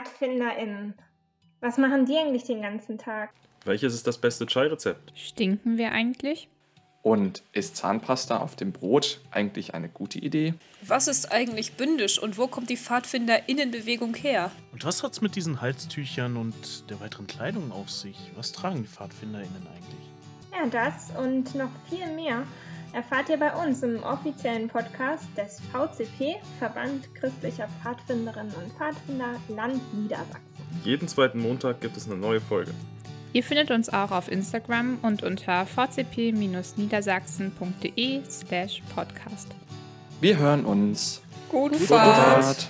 PfadfinderInnen. Was machen die eigentlich den ganzen Tag? Welches ist das beste Chai-Rezept? Stinken wir eigentlich? Und ist Zahnpasta auf dem Brot eigentlich eine gute Idee? Was ist eigentlich bündisch und wo kommt die Pfadfinderinnenbewegung her? Und was hat's mit diesen Halstüchern und der weiteren Kleidung auf sich? Was tragen die Pfadfinderinnen eigentlich? Ja, das und noch viel mehr erfahrt ihr bei uns im offiziellen Podcast des VCP, Verband christlicher Pfadfinderinnen und Pfadfinder Land Niedersachsen. Jeden zweiten Montag gibt es eine neue Folge. Ihr findet uns auch auf Instagram und unter vcp-niedersachsen.de slash podcast. Wir hören uns. Guten Fahrt!